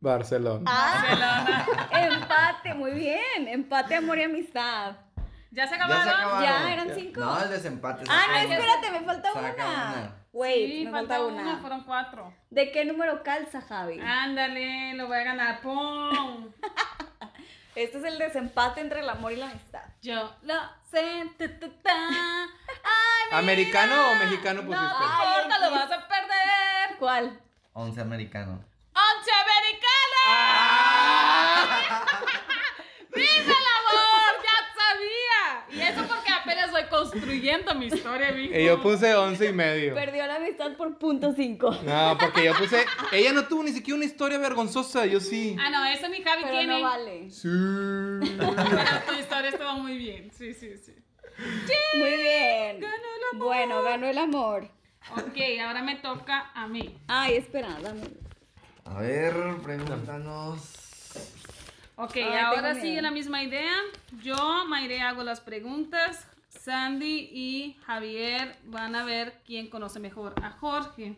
Speaker 2: Barcelona.
Speaker 4: Ah,
Speaker 1: Barcelona.
Speaker 4: empate, muy bien. Empate, amor y amistad.
Speaker 1: ¿Ya se
Speaker 3: Ya se
Speaker 1: acabaron?
Speaker 3: acabaron.
Speaker 4: Ya, eran cinco.
Speaker 3: No, el desempate. se
Speaker 4: Ah, no,
Speaker 3: acabó.
Speaker 4: espérate, me falta
Speaker 3: Pues, Saca
Speaker 4: una.
Speaker 3: una.
Speaker 4: Wait,
Speaker 1: sí,
Speaker 4: me
Speaker 1: falta
Speaker 4: falta
Speaker 1: una. Ah.
Speaker 4: una.
Speaker 1: fueron cuatro.
Speaker 4: ¿De qué número calza, Javi?
Speaker 1: Ándale, lo voy a ganar. ¡Pum!
Speaker 4: Este es el desempate entre el amor y la amistad.
Speaker 1: Yo lo sé. ta, ta, ta.
Speaker 2: Ah. ¿Americano o mexicano
Speaker 1: No, Ah.
Speaker 2: pusiste?
Speaker 1: no importa,
Speaker 4: Ay,
Speaker 1: lo vas a perder.
Speaker 4: ¿Cuál?
Speaker 3: Once americano.
Speaker 1: ¡Once americano!
Speaker 2: Ah.
Speaker 1: ¡Viva el amor! ¡Ya sabía! Y eso porque apenas voy construyendo mi historia, mijo.
Speaker 2: Y Eh, yo puse 11 y medio.
Speaker 4: Perdió la amistad por punto cinco.
Speaker 2: No, porque yo puse. Ella no tuvo ni siquiera una historia vergonzosa, yo sí.
Speaker 1: Ah, no, eso mi Javi
Speaker 4: Pero
Speaker 1: tiene.
Speaker 4: no vale.
Speaker 2: Sí.
Speaker 1: Pero tu historia estuvo muy bien. Sí, sí, sí.
Speaker 4: Muy bien. Bueno, ganó el amor.
Speaker 1: Ok, ahora me toca a mí.
Speaker 4: Ay, espera, dame.
Speaker 3: A ver, pregúntanos.
Speaker 1: Ok,
Speaker 4: Ay,
Speaker 1: ahora
Speaker 4: tengo miedo.
Speaker 1: sigue la misma idea. Yo, Mayre, hago las preguntas. Sandy y Javier van a ver quién conoce mejor a Jorge.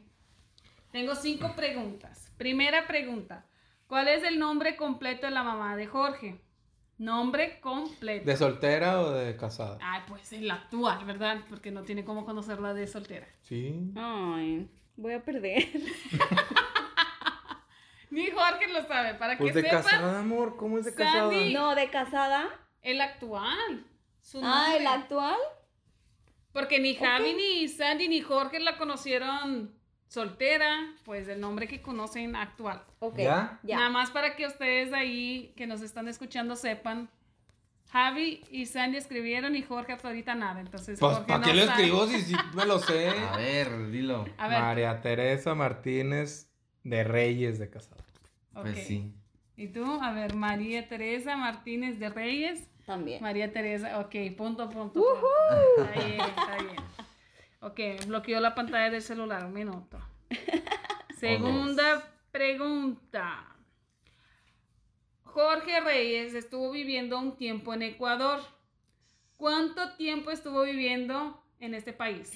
Speaker 1: Tengo cinco preguntas. Primera pregunta. ¿Cuál es el nombre completo de la mamá de Jorge? Nombre completo.
Speaker 2: ¿De soltera o de casada?
Speaker 1: Ay, pues el actual, ¿verdad? Porque no tiene cómo conocerla de soltera.
Speaker 2: Sí.
Speaker 4: Ay, voy a perder.
Speaker 1: Ni Jorge lo sabe. Para
Speaker 2: Pues
Speaker 1: que
Speaker 2: de
Speaker 1: sepa,
Speaker 2: casada, amor. ¿Cómo es de casada?
Speaker 1: Sandy. Pues,
Speaker 4: No, de casada.
Speaker 1: el actual. Su
Speaker 4: Ah,
Speaker 1: nombre.
Speaker 4: el actual.
Speaker 1: Porque ni Javi, ni Sandy, ni Jorge la conocieron soltera, pues el nombre que conocen actual.
Speaker 4: Ok.
Speaker 2: ¿Ya?
Speaker 1: Nada más para que ustedes ahí que nos están escuchando sepan. Javi y Sandy escribieron y Jorge hasta ahorita nada. Entonces,
Speaker 2: Pues,
Speaker 1: Jorge
Speaker 2: ¿para
Speaker 1: no
Speaker 2: qué lo
Speaker 1: sabe.
Speaker 2: escribo si sí me lo sé?
Speaker 3: A ver, dilo.
Speaker 1: A ver,
Speaker 2: María Teresa Martínez de Reyes de Casada.
Speaker 1: ok.
Speaker 3: Pues sí.
Speaker 1: ¿Y tú? A ver, María Teresa Martínez de Reyes.
Speaker 4: También.
Speaker 1: María Teresa, ok, punto, punto. punto. Está bien, está bien. Ok, bloqueó la pantalla del celular, un minuto. Segunda pregunta. Jorge Reyes estuvo viviendo un tiempo en Ecuador. ¿Cuánto tiempo estuvo viviendo en este país?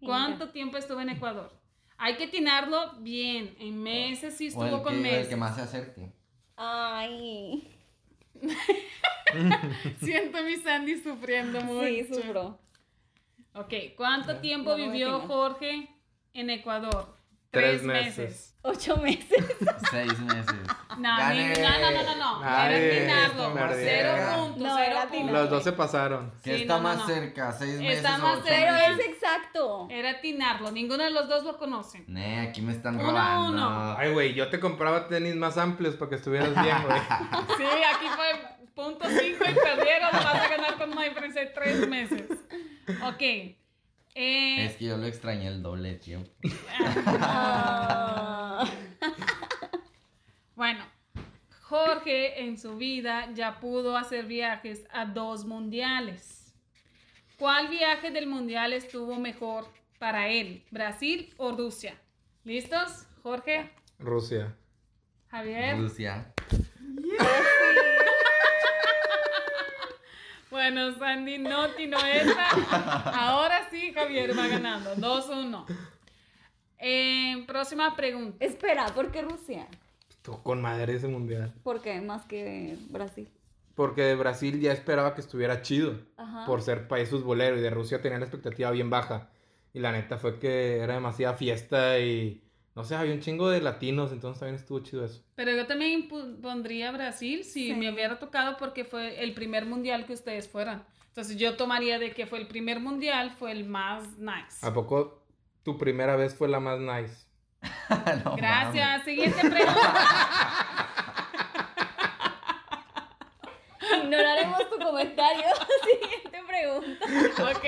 Speaker 1: ¿Cuánto tiempo estuvo en Ecuador? Hay que atinarlo bien, en meses sí
Speaker 3: O el
Speaker 1: estuvo con
Speaker 3: que, el que
Speaker 1: meses.
Speaker 3: más se acerque.
Speaker 4: Ay.
Speaker 1: Siento a mi Sandy sufriendo mucho.
Speaker 4: Sí, sufro.
Speaker 1: Ok, ¿cuánto tiempo
Speaker 4: no voy a
Speaker 1: vivió
Speaker 4: opinar.
Speaker 1: Jorge en Ecuador?
Speaker 2: Tres meses.
Speaker 4: Ocho meses.
Speaker 3: Seis meses.
Speaker 4: Ah,
Speaker 1: No, ni- no, no, no, no, no.
Speaker 2: Nadie.
Speaker 1: era atinarlo.
Speaker 2: Nadie.
Speaker 1: Cero puntos,
Speaker 4: No,
Speaker 1: cero
Speaker 4: era
Speaker 1: puntos.
Speaker 4: atinarlo.
Speaker 2: este Los dos se pasaron.
Speaker 3: ¿Qué
Speaker 1: Sí,
Speaker 3: está
Speaker 1: no, no,
Speaker 3: más
Speaker 1: no.
Speaker 3: cerca? ¿Seis meses?
Speaker 1: Está más
Speaker 3: o ocho
Speaker 1: cerca.
Speaker 4: Pero
Speaker 3: meses?
Speaker 4: es exacto.
Speaker 1: Era atinarlo. Ninguno de los dos lo conocen.
Speaker 3: Ne, aquí me están
Speaker 1: Uno,
Speaker 3: robando.
Speaker 1: uno.
Speaker 2: Ay, güey, yo te compraba tenis más amplios para que estuvieras bien, güey.
Speaker 1: Sí, aquí fue punto cinco y perdieron. Vas a ganar con una diferencia de tres meses. Ok.
Speaker 3: Es
Speaker 1: Eh,
Speaker 3: que yo lo extrañé el doble de tiempo.
Speaker 4: Ah.
Speaker 1: bueno, Jorge en su vida ya pudo hacer viajes a dos mundiales. ¿Cuál viaje del mundial estuvo mejor para él? ¿Brasil o Rusia? ¿Listos? Jorge,
Speaker 2: Rusia.
Speaker 1: Javier.
Speaker 3: Rusia.
Speaker 1: Bueno, Sandy no tiró esa. Ahora sí, Javier va ganando. 2-1. Eh, próxima pregunta.
Speaker 4: Espera, ¿por qué Rusia?
Speaker 2: Tú con madre ese mundial.
Speaker 4: ¿Por qué? Más que Brasil.
Speaker 2: Porque Brasil ya esperaba que estuviera chido
Speaker 4: Ajá.
Speaker 2: por ser país futbolero y de Rusia tenía la expectativa bien baja. Y la neta fue que era demasiada fiesta y No sé, había un chingo de latinos, entonces también estuvo chido eso.
Speaker 1: Pero yo también pu- pondría Brasil si
Speaker 4: Sí.
Speaker 1: me hubiera tocado porque fue el primer mundial que ustedes fueran. Entonces yo tomaría de que fue el primer mundial, fue el más nice.
Speaker 3: Ah,
Speaker 2: ¿A poco tu primera vez fue la más nice?
Speaker 3: No
Speaker 1: Gracias.
Speaker 3: mames.
Speaker 1: Siguiente pregunta.
Speaker 4: Ignoraremos tu comentario. Siguiente pregunta.
Speaker 1: ok.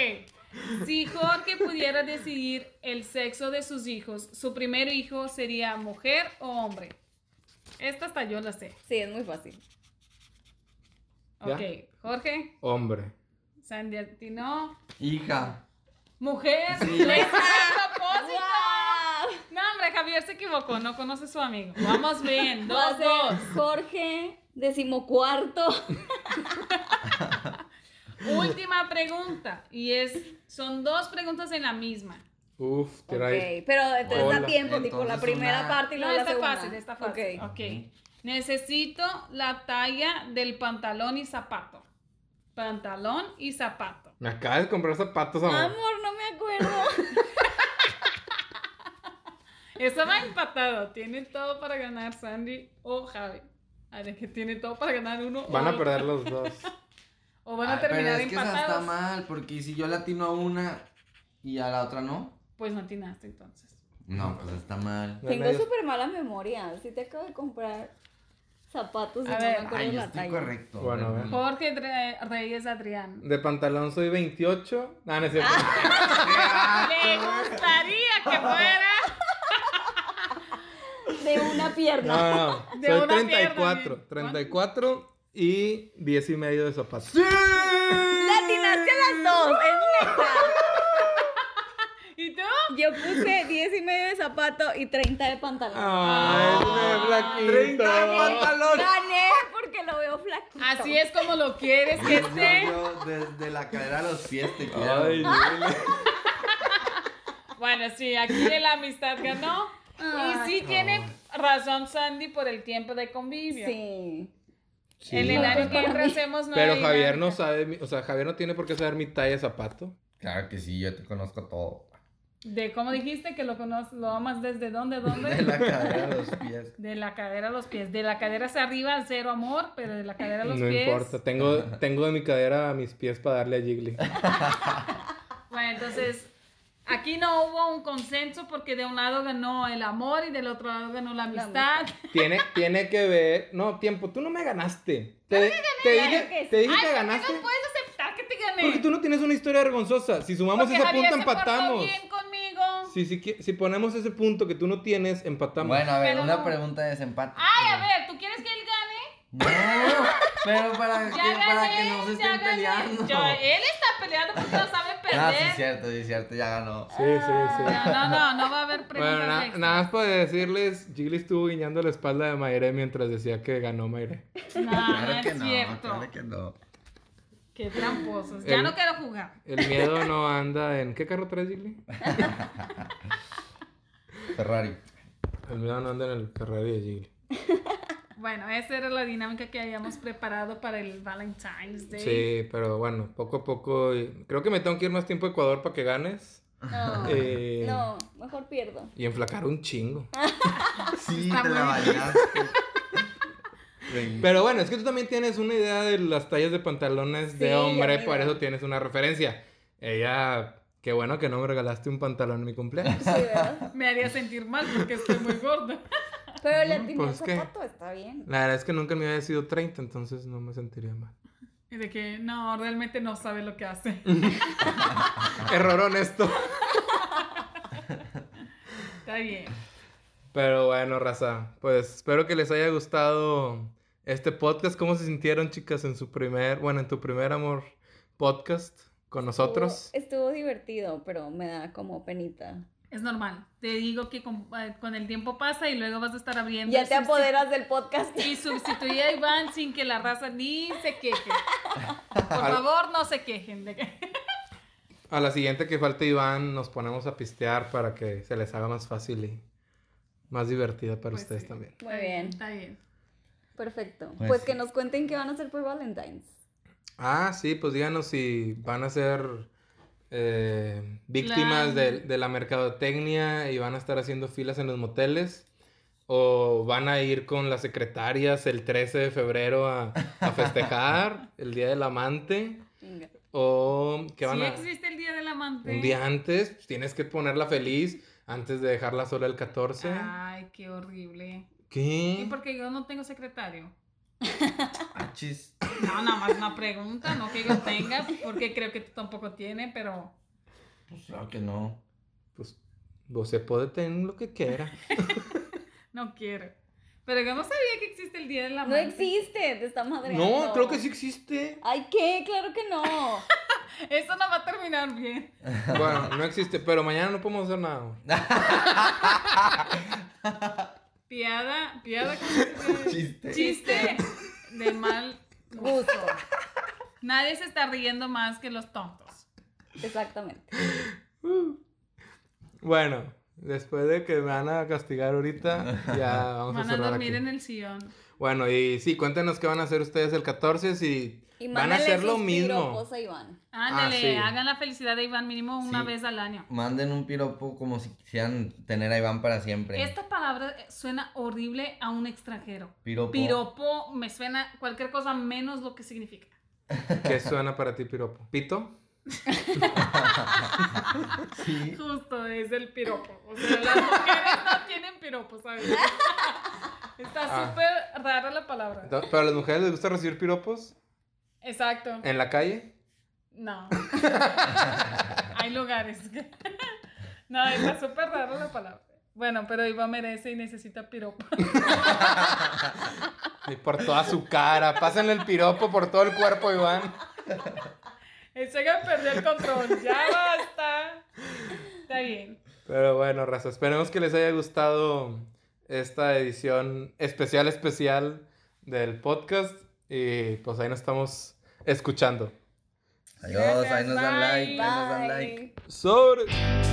Speaker 1: Si Jorge pudiera decidir el sexo de sus hijos, ¿su primer hijo sería mujer o hombre? Esta hasta yo la sé.
Speaker 4: Sí, es muy fácil.
Speaker 2: ¿Ya?
Speaker 1: Ok. Jorge,
Speaker 2: Hombre.
Speaker 1: Sandy Altino.
Speaker 3: Hija.
Speaker 1: Mujer. pues,
Speaker 3: Sí.
Speaker 1: ¡Les hice a propósito!
Speaker 4: ¡Guau!
Speaker 1: No, hombre, Javier se equivocó, no conoce a su amigo. Vamos bien,
Speaker 4: Va a
Speaker 1: dos, dos.
Speaker 4: ser Jorge, decimocuarto.
Speaker 1: Última pregunta, y es, son dos preguntas en la misma.
Speaker 2: Uf, tira ahí.
Speaker 4: Ok, pero entonces
Speaker 2: Hola.
Speaker 4: da tiempo, tipo la
Speaker 3: Entonces
Speaker 4: primera
Speaker 3: una-
Speaker 4: parte y
Speaker 1: No,
Speaker 4: luego la
Speaker 1: está
Speaker 4: segunda.
Speaker 1: fácil, está fácil.
Speaker 4: Ok.
Speaker 1: ok. Necesito la talla del pantalón y zapato. Pantalón y zapato.
Speaker 2: Me acabas de comprar zapatos, amor.
Speaker 4: Amor, no me acuerdo.
Speaker 1: Eso va empatado. Tiene todo para ganar Sandy o Javi. A ver, que tiene todo para ganar uno. o
Speaker 2: Van a
Speaker 1: otro.
Speaker 2: perder los dos.
Speaker 1: O van a
Speaker 3: Ay, Ah, pero
Speaker 1: terminar
Speaker 3: es que esa está
Speaker 1: empatados.
Speaker 3: mal, porque si yo latino a una y a la otra no.
Speaker 1: Pues no atinaste entonces.
Speaker 3: No, pues está mal.
Speaker 4: Tengo súper mala memoria. Si te acabo de comprar zapatos y
Speaker 1: A
Speaker 4: no
Speaker 1: ver.
Speaker 4: me acuerdo
Speaker 3: Ay, yo
Speaker 4: la
Speaker 3: estoy
Speaker 4: talla.
Speaker 3: correcto.
Speaker 2: Bueno, a ver.
Speaker 3: perdón.
Speaker 1: Jorge Dre- Reyes Adrián.
Speaker 2: De pantalón soy 28. Nah, no es cierto.
Speaker 1: Le gustaría que fuera
Speaker 4: De una pierna.
Speaker 2: No, no, no.
Speaker 1: De
Speaker 2: Soy
Speaker 1: una pierna,
Speaker 2: 34.
Speaker 1: bien.
Speaker 2: 34 y 10 y medio de zapatos.
Speaker 4: Latinaste a las dos, es neta.
Speaker 1: ¿Y tú?
Speaker 4: Yo puse 10 y medio de zapato y 30 de pantalón.
Speaker 3: Ah.
Speaker 2: Ay, me flaquito.
Speaker 3: 30 de pantalón.
Speaker 4: Gané porque lo veo flaquito.
Speaker 1: Así es como lo quieres que este- esté.
Speaker 3: Yo, yo desde la cadera a los pies te quiero.
Speaker 2: Ay, Dios.
Speaker 1: Bueno, sí, aquí la amistad ganó.
Speaker 4: Ah,
Speaker 1: Y sí tiene razón Sandy por el tiempo de convivio.
Speaker 4: Sí.
Speaker 2: Sí.
Speaker 1: El
Speaker 4: enano
Speaker 1: enano
Speaker 4: para
Speaker 1: que
Speaker 4: mí.
Speaker 1: hacemos no
Speaker 2: Pero Javier no sabe, mi- o sea, Javier no tiene por qué saber mi talla de zapato.
Speaker 3: Claro que sí, yo te conozco todo.
Speaker 1: De cómo dijiste que lo conoces, lo amas desde dónde,
Speaker 3: De
Speaker 1: dónde.
Speaker 3: la cadera a los pies.
Speaker 1: De la cadera a los pies. De la cadera hacia arriba, cero amor, pero de la cadera a los
Speaker 2: no
Speaker 1: pies.
Speaker 2: importa, tengo, tengo de mi cadera a mis pies para darle a Jiggly.
Speaker 1: Bueno, entonces, aquí no hubo un consenso porque de un lado ganó el amor y del otro lado ganó la amistad.
Speaker 2: Tiene, tiene que ver. No, tiempo, tú no me ganaste. Te, te
Speaker 4: claro
Speaker 2: dije
Speaker 4: que sí.
Speaker 2: te dije
Speaker 1: Ay,
Speaker 2: que
Speaker 1: ¿por qué
Speaker 2: ganaste.
Speaker 1: no puedes aceptar que te gané.
Speaker 2: Porque tú no tienes una historia vergonzosa. Si sumamos
Speaker 1: Porque
Speaker 2: ese
Speaker 1: Javier
Speaker 2: punto,
Speaker 1: se portó
Speaker 2: empatamos.
Speaker 1: bien conmigo.
Speaker 2: Si, si, qui- si ponemos ese punto que tú no tienes, empatamos.
Speaker 3: Bueno, a ver,
Speaker 1: Pero
Speaker 3: una
Speaker 1: no.
Speaker 3: pregunta de desempate.
Speaker 1: Ay, a ver, ¿tú quieres que él gane?
Speaker 3: No, pero para que,
Speaker 1: Ya gané,
Speaker 3: para que no se
Speaker 1: ya
Speaker 3: estén
Speaker 1: gané.
Speaker 3: peleando.
Speaker 1: Yo- él está peleando porque no sabe perder.
Speaker 3: Ah, sí, cierto, sí, cierto, ya ganó.
Speaker 2: Sí, sí, sí.
Speaker 1: No, no, no, no va a haber premios.
Speaker 2: Bueno, na-
Speaker 1: extra.
Speaker 2: nada Ah, más para decirles, Jiggly estuvo guiñando la espalda de Mayre mientras decía que ganó Mayre.
Speaker 1: No,
Speaker 3: Claro
Speaker 1: no
Speaker 3: que
Speaker 1: Ah, es
Speaker 3: no,
Speaker 1: cierto.
Speaker 3: claro que no.
Speaker 1: Qué tramposos. Ya
Speaker 2: El-
Speaker 1: no quiero jugar.
Speaker 2: El miedo no anda en... ¿Qué carro traes, Jiggly?
Speaker 3: Ferrari.
Speaker 2: El miedo no anda en el Ferrari de Jiggly.
Speaker 1: Bueno, esa era la dinámica que habíamos preparado para el Valentine's Day.
Speaker 2: Sí, pero bueno, poco a poco... y- Creo que me tengo que ir más tiempo a Ecuador para que ganes.
Speaker 4: No,
Speaker 2: Eh,
Speaker 4: no, mejor pierdo.
Speaker 2: Y enflacar un chingo.
Speaker 3: Sí,
Speaker 1: Ah, Está
Speaker 3: te la
Speaker 1: muy-
Speaker 3: bañaste. Venga.
Speaker 2: Pero bueno, es que tú también tienes una idea de las tallas de pantalones
Speaker 4: Sí,
Speaker 2: de hombre,
Speaker 4: amiga.
Speaker 2: por eso tienes una referencia. Ella... Qué bueno que no me regalaste un pantalón en mi cumpleaños.
Speaker 4: Sí, ¿verdad?
Speaker 1: Me haría sentir mal porque estoy muy gorda.
Speaker 4: Pero le
Speaker 2: Mm,
Speaker 4: atiné el
Speaker 2: pues, ¿qué?
Speaker 4: zapato, está bien.
Speaker 2: La verdad es que nunca me había sido 30, entonces no me sentiría mal.
Speaker 1: Y de que no, realmente no sabe lo que hace.
Speaker 2: Error honesto.
Speaker 1: Está bien.
Speaker 2: Pero bueno, raza, pues espero que les haya gustado este podcast. ¿Cómo se sintieron, chicas, en su primer, bueno, en tu primer amor podcast con nosotros?
Speaker 4: Estuvo, estuvo divertido, pero me da como penita.
Speaker 1: Es normal. Te digo que con, eh, con el tiempo pasa y luego vas a estar abriendo.
Speaker 4: Ya
Speaker 1: y
Speaker 4: te
Speaker 1: substi-
Speaker 4: apoderas del podcast.
Speaker 1: Y sustituir a Iván sin que la raza ni se queje. Por favor, no se quejen. De que-
Speaker 2: A la siguiente que falte Iván, nos ponemos a pistear para que se les haga más fácil y más divertida para
Speaker 1: Pues
Speaker 2: ustedes
Speaker 1: sí.
Speaker 2: también.
Speaker 4: Muy bien,
Speaker 1: Está bien.
Speaker 4: perfecto.
Speaker 3: Pues
Speaker 4: Pues
Speaker 3: sí.
Speaker 4: que nos cuenten qué van a hacer por Valentine's.
Speaker 2: Ah, sí, pues díganos si van a hacer eh, víctimas
Speaker 1: Claro.
Speaker 2: de, de la mercadotecnia y van a estar haciendo filas en los moteles. O van a ir con las secretarias el 13 de febrero a, a festejar el Día del Amante.
Speaker 4: Chinga.
Speaker 2: O que van
Speaker 1: Sí
Speaker 2: a...
Speaker 1: existe el Día del Amante.
Speaker 2: Un día antes, pues, tienes que ponerla feliz antes de dejarla sola el 14.
Speaker 1: Ay, qué horrible. Sí,
Speaker 2: ¿Qué?
Speaker 1: porque yo no tengo secretario.
Speaker 3: Achis.
Speaker 1: No, nada más una pregunta, no que yo tenga, porque creo que tú tampoco tienes, pero...
Speaker 3: Pues claro que no.
Speaker 2: Pues você puede tener lo que quiera.
Speaker 1: No quiero. Pero yo no sabía que existe el Día del
Speaker 4: No
Speaker 1: Amante.
Speaker 4: existe, te está madreando.
Speaker 2: No, creo que sí existe.
Speaker 4: Ay, ¿qué? Claro que no.
Speaker 1: Eso no va a terminar bien.
Speaker 2: Bueno, no existe, pero mañana no podemos hacer nada. güey.
Speaker 1: Piada, piada. ¿cómo se dice?
Speaker 3: Chiste.
Speaker 1: Chiste de mal gusto.
Speaker 4: Gusto.
Speaker 1: Nadie se está riendo más que los tontos.
Speaker 4: Exactamente.
Speaker 2: Bueno, después de que me van a castigar ahorita, ya vamos
Speaker 1: Van
Speaker 2: a
Speaker 1: a
Speaker 2: cerrar
Speaker 1: dormir
Speaker 2: aquí.
Speaker 1: en el sillón.
Speaker 2: Bueno, y sí, cuéntenos qué van a hacer ustedes el 14 si
Speaker 4: Y
Speaker 2: van a
Speaker 4: mándale
Speaker 2: hacer lo
Speaker 4: sus
Speaker 2: mismo.
Speaker 4: piropos a Iván.
Speaker 1: Ándale,
Speaker 2: Ah, sí.
Speaker 1: hagan la felicidad de Iván mínimo una
Speaker 3: Sí.
Speaker 1: vez al año.
Speaker 3: Manden un piropo como si quisieran tener a Iván para siempre.
Speaker 1: Esta palabra eh, suena horrible a un extranjero.
Speaker 3: Piropo.
Speaker 1: Piropo me suena cualquier cosa menos lo que significa.
Speaker 2: ¿Qué suena para ti, piropo? ¿Pito?
Speaker 3: Sí.
Speaker 1: Justo es el piropo. O sea, las mujeres no tienen piropo, ¿sabes? Está
Speaker 2: Ah.
Speaker 1: súper rara la palabra.
Speaker 2: Ento- ¿Pero a las mujeres les gusta recibir piropos
Speaker 1: Exacto.
Speaker 2: en la calle?
Speaker 1: No. Hay lugares que... No, está súper rara la palabra. Bueno, pero Iván merece y necesita piropo.
Speaker 2: Y por toda su cara. Pásenle el piropo por todo el cuerpo, Iván.
Speaker 1: El Sega perdió el control. Ya basta. Está bien.
Speaker 2: Pero bueno, raza, esperemos que les haya gustado esta edición especial, especial del podcast. Y pues ahí nos estamos escuchando.
Speaker 3: Adiós, ahí nos dan
Speaker 1: Gracias,
Speaker 3: like, ahí nos dan
Speaker 4: Bye.
Speaker 3: like.
Speaker 2: Sobre.
Speaker 4: Bye.